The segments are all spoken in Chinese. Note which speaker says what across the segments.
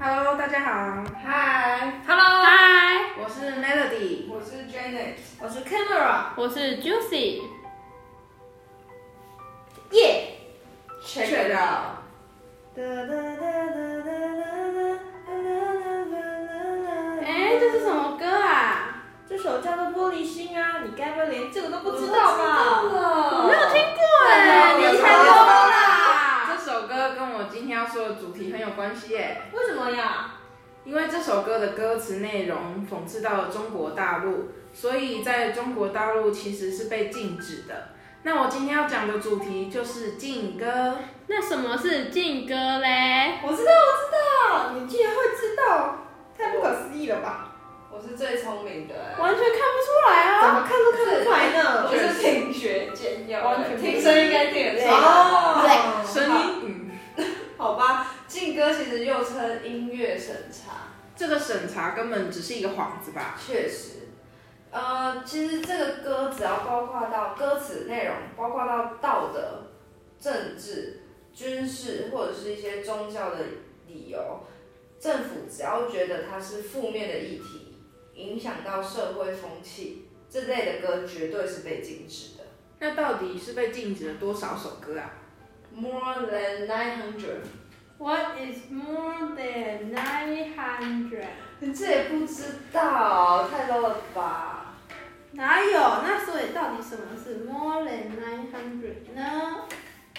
Speaker 1: Hello，大家好，
Speaker 2: 嗨，
Speaker 3: Hello，嗨，
Speaker 1: 我是 Melody，
Speaker 2: 我是 Janet。
Speaker 1: 我是 Camera，
Speaker 3: 我是 Juicy。
Speaker 1: 耶
Speaker 2: Check it out。
Speaker 3: 哎，这是什么歌啊？
Speaker 1: 这首叫做《玻璃心》啊，你该不会连这个都不知道
Speaker 2: 道
Speaker 1: 吧？
Speaker 2: 吧？
Speaker 3: 没有听过哎，
Speaker 2: 没有
Speaker 3: 你
Speaker 2: 听过
Speaker 3: 才多啦
Speaker 2: 这！首歌跟我今天要说的主题很有关系耶，
Speaker 1: 为什么呀？
Speaker 2: 因为这首歌的歌词内容讽刺到了中国大陆，所以在中国大陆其实是被禁止的。那我今天要讲的主题就是禁歌。
Speaker 3: 那什么是禁歌嘞？
Speaker 1: 我知道，我知道，你竟然会知道，太不可思议了吧？
Speaker 4: 我是最聪明的、
Speaker 3: 完全看不出来啊
Speaker 1: 怎！么看都看不出来
Speaker 4: 我
Speaker 1: 呢。
Speaker 4: 是听觉兼要
Speaker 1: 完全
Speaker 4: 的，听声应该听得出来。
Speaker 1: 哦，
Speaker 2: 声音，嗯，
Speaker 4: 好吧，劲歌其实又称音乐审查，
Speaker 2: 这个审查根本只是一个幌子吧？
Speaker 4: 确实。呃，其实这个歌只要包括到歌词内容，包括到道德、政治、军事或者是一些宗教的理由，政府只要觉得它是负面的议题，影响到社会风气，这类的歌绝对是被禁止的。
Speaker 2: 那到底是被禁止了多少首歌啊？
Speaker 4: More than nine hundred，
Speaker 3: What is more than nine hundred？
Speaker 4: 你这也不知道，太 low 了吧？
Speaker 3: 哪有？那所以到底什么是 more than nine hundred 呢？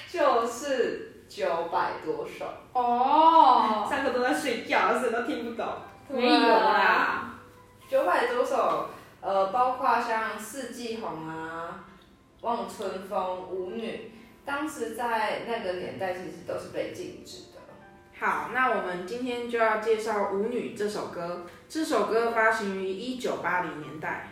Speaker 4: 就是九百多首，
Speaker 3: 哦，
Speaker 1: 上课都在睡觉，什么都听不懂。
Speaker 3: 没有啊啦，
Speaker 4: 九百多首，呃，包括像《四季红》啊，《望春风》《舞女》，当时在那个年代其实都是被禁止的。
Speaker 2: 好，那我们今天就要介绍《舞女》这首歌。这首歌发行于一九八零年代，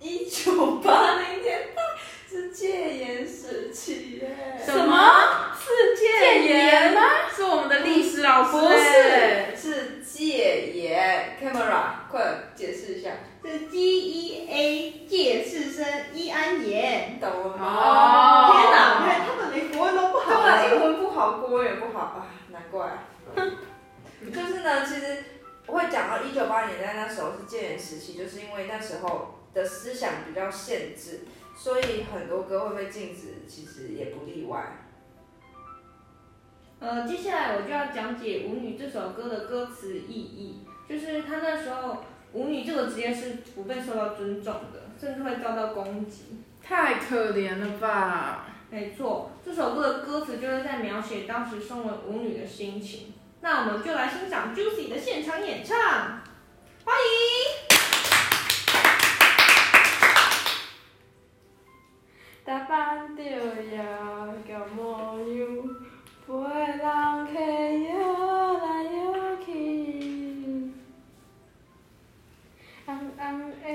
Speaker 4: 一九八零年代是戒严时期耶，
Speaker 2: 什么
Speaker 3: 世
Speaker 2: 戒
Speaker 3: 界
Speaker 2: 严
Speaker 3: 严吗？
Speaker 2: 是我们的历史老师、
Speaker 4: 不是，是戒严。Camera，快解释一下，
Speaker 3: 是 G E A 介士生一安言。
Speaker 4: 你懂了吗？
Speaker 2: 哦
Speaker 1: 天哪，你看他们连国文都不
Speaker 4: 对
Speaker 1: 好
Speaker 4: 啊，英
Speaker 1: 了。
Speaker 4: 文不好，国文也不好啊，难怪。就是呢，其实我会讲到一九八年代那时候是戒严时期，就是因为那时候的思想比较限制，所以很多歌会被禁止，其实也不例外。
Speaker 1: 呃，接下来我就要讲解《舞女》这首歌的歌词意义，就是她那时候舞女这个职业是不被受到尊重的，甚至会遭到攻击。
Speaker 2: 太可怜了吧？
Speaker 1: 没错，这首歌的歌词就是在描写当时身为舞女的心情。那我们就来欣赏 Juicy 的现场演唱，欢迎！
Speaker 3: 打扮着也个模样，陪人客摇来摇去。红红的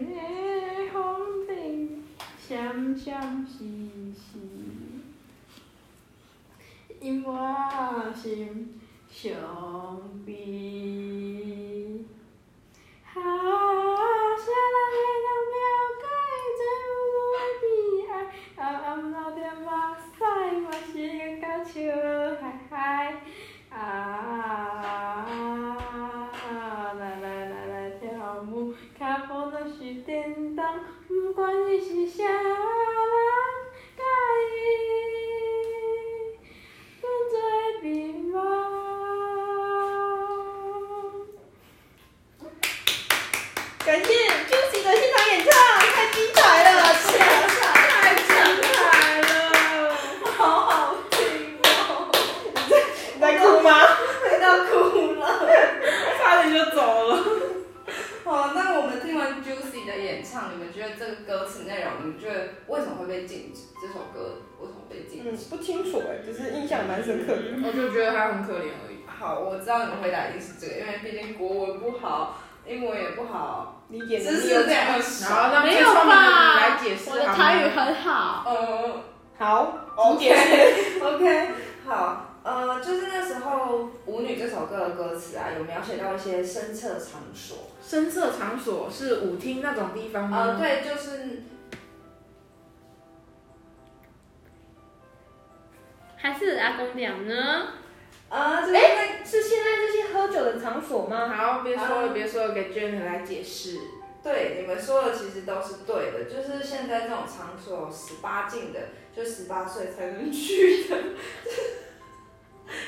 Speaker 3: 的风景，闪闪烁烁。因我心相比。好，下来个了后暗流着目屎，嘛是感觉笑嗨嗨。啊，来来来来跳舞，脚步都是颠动，不管你是啥人，甲伊变做面貌。
Speaker 1: 感谢 Juicy 的现场演唱，太精
Speaker 4: 哎
Speaker 1: 彩了！太精彩了！
Speaker 4: 好好听 哦，
Speaker 1: 你在哭吗？
Speaker 4: 听到哭了。
Speaker 2: 差点就走了。
Speaker 4: 好， 那我们听完 Juicy 的演唱，你们觉得这个歌词内容，你们觉得为什么会被禁止？这首歌为什么被禁止？
Speaker 1: 嗯，不清楚哎，只是印象蛮深刻的。
Speaker 2: 我就觉得他很可怜而已。
Speaker 4: 好，我知道你们回答一定是这个，因为毕竟国文不好，英文也不好，
Speaker 1: 理
Speaker 4: 知
Speaker 1: 解能力
Speaker 4: 识
Speaker 1: 又
Speaker 4: 量
Speaker 1: 差
Speaker 4: 又
Speaker 2: 然后
Speaker 4: 少。
Speaker 2: 让
Speaker 3: 没有
Speaker 2: 最聪明的你
Speaker 3: 吧
Speaker 2: 来解释
Speaker 3: 我的
Speaker 2: 好吗
Speaker 3: 台语很好，
Speaker 4: 呃
Speaker 1: 好，请解释。
Speaker 4: ，OK OK，好，呃，就是那时候《舞女》这首歌的歌词啊，有描写到一些声色场所。
Speaker 2: 声色场所是舞厅那种地方吗？
Speaker 4: 呃，对，就是
Speaker 3: 还是阿公讲呢？
Speaker 4: 啊，这
Speaker 1: 哎
Speaker 4: 个
Speaker 1: 是现在这些喝酒的场所吗？
Speaker 2: 好，别说了，别说了，给 Jen 来解释。
Speaker 4: 对，你们说的其实都是对的，就是现在这种场所十八禁的，就十八岁才能去的，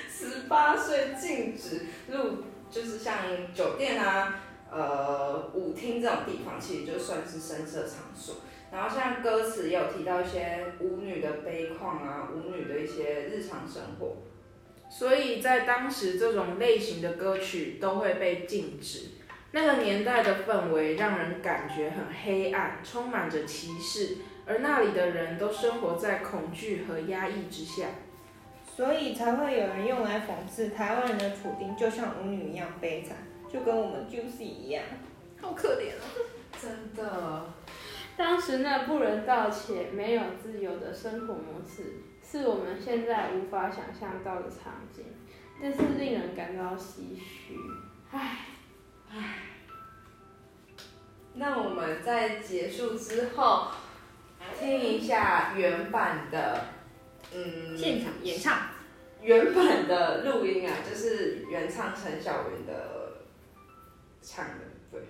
Speaker 4: 十八岁禁止入，就是像酒店啊、呃舞厅这种地方，其实就算是声色场所。然后像歌词也有提到一些舞女的悲况啊，舞女的一些日常生活。
Speaker 2: 所以在当时，这种类型的歌曲都会被禁止。那个年代的氛围让人感觉很黑暗，充满着歧视，而那里的人都生活在恐惧和压抑之下。
Speaker 1: 所以才会有人用来讽刺台湾人的处境，就像舞女一样悲惨，就跟我们 Juicy 一样，好可怜啊！
Speaker 4: 真的，
Speaker 3: 当时那不人道且没有自由的生活模式，是我们现在无法想象到的场景，但是令人感到唏嘘。
Speaker 4: 那我们在结束之后，听一下原版的，嗯，
Speaker 1: 现场演唱，
Speaker 4: 原版的录音啊，就是原唱陈小云的唱的，对。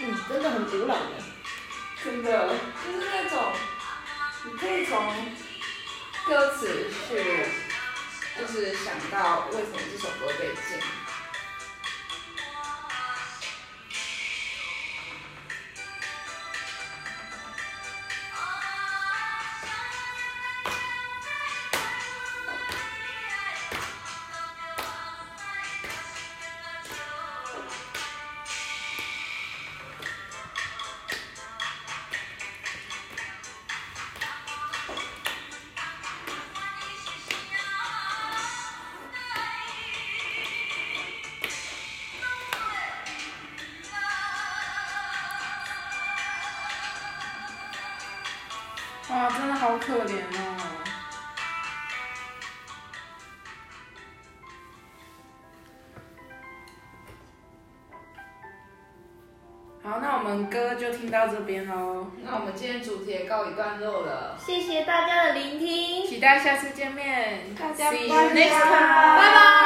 Speaker 1: 嗯，真的很古老呢。
Speaker 4: 真的，就是那种，你可以从歌词去，就是想到为什么这首歌被禁。
Speaker 2: 哇，啊真的好可怜哦。好，那我们歌就听到这边喽，
Speaker 4: 那我们今天主题也告一段落了，
Speaker 1: 谢谢大家的聆听。
Speaker 2: 期待下次见面，
Speaker 4: 大家
Speaker 2: See you
Speaker 4: 拜拜
Speaker 2: next time，
Speaker 4: 拜拜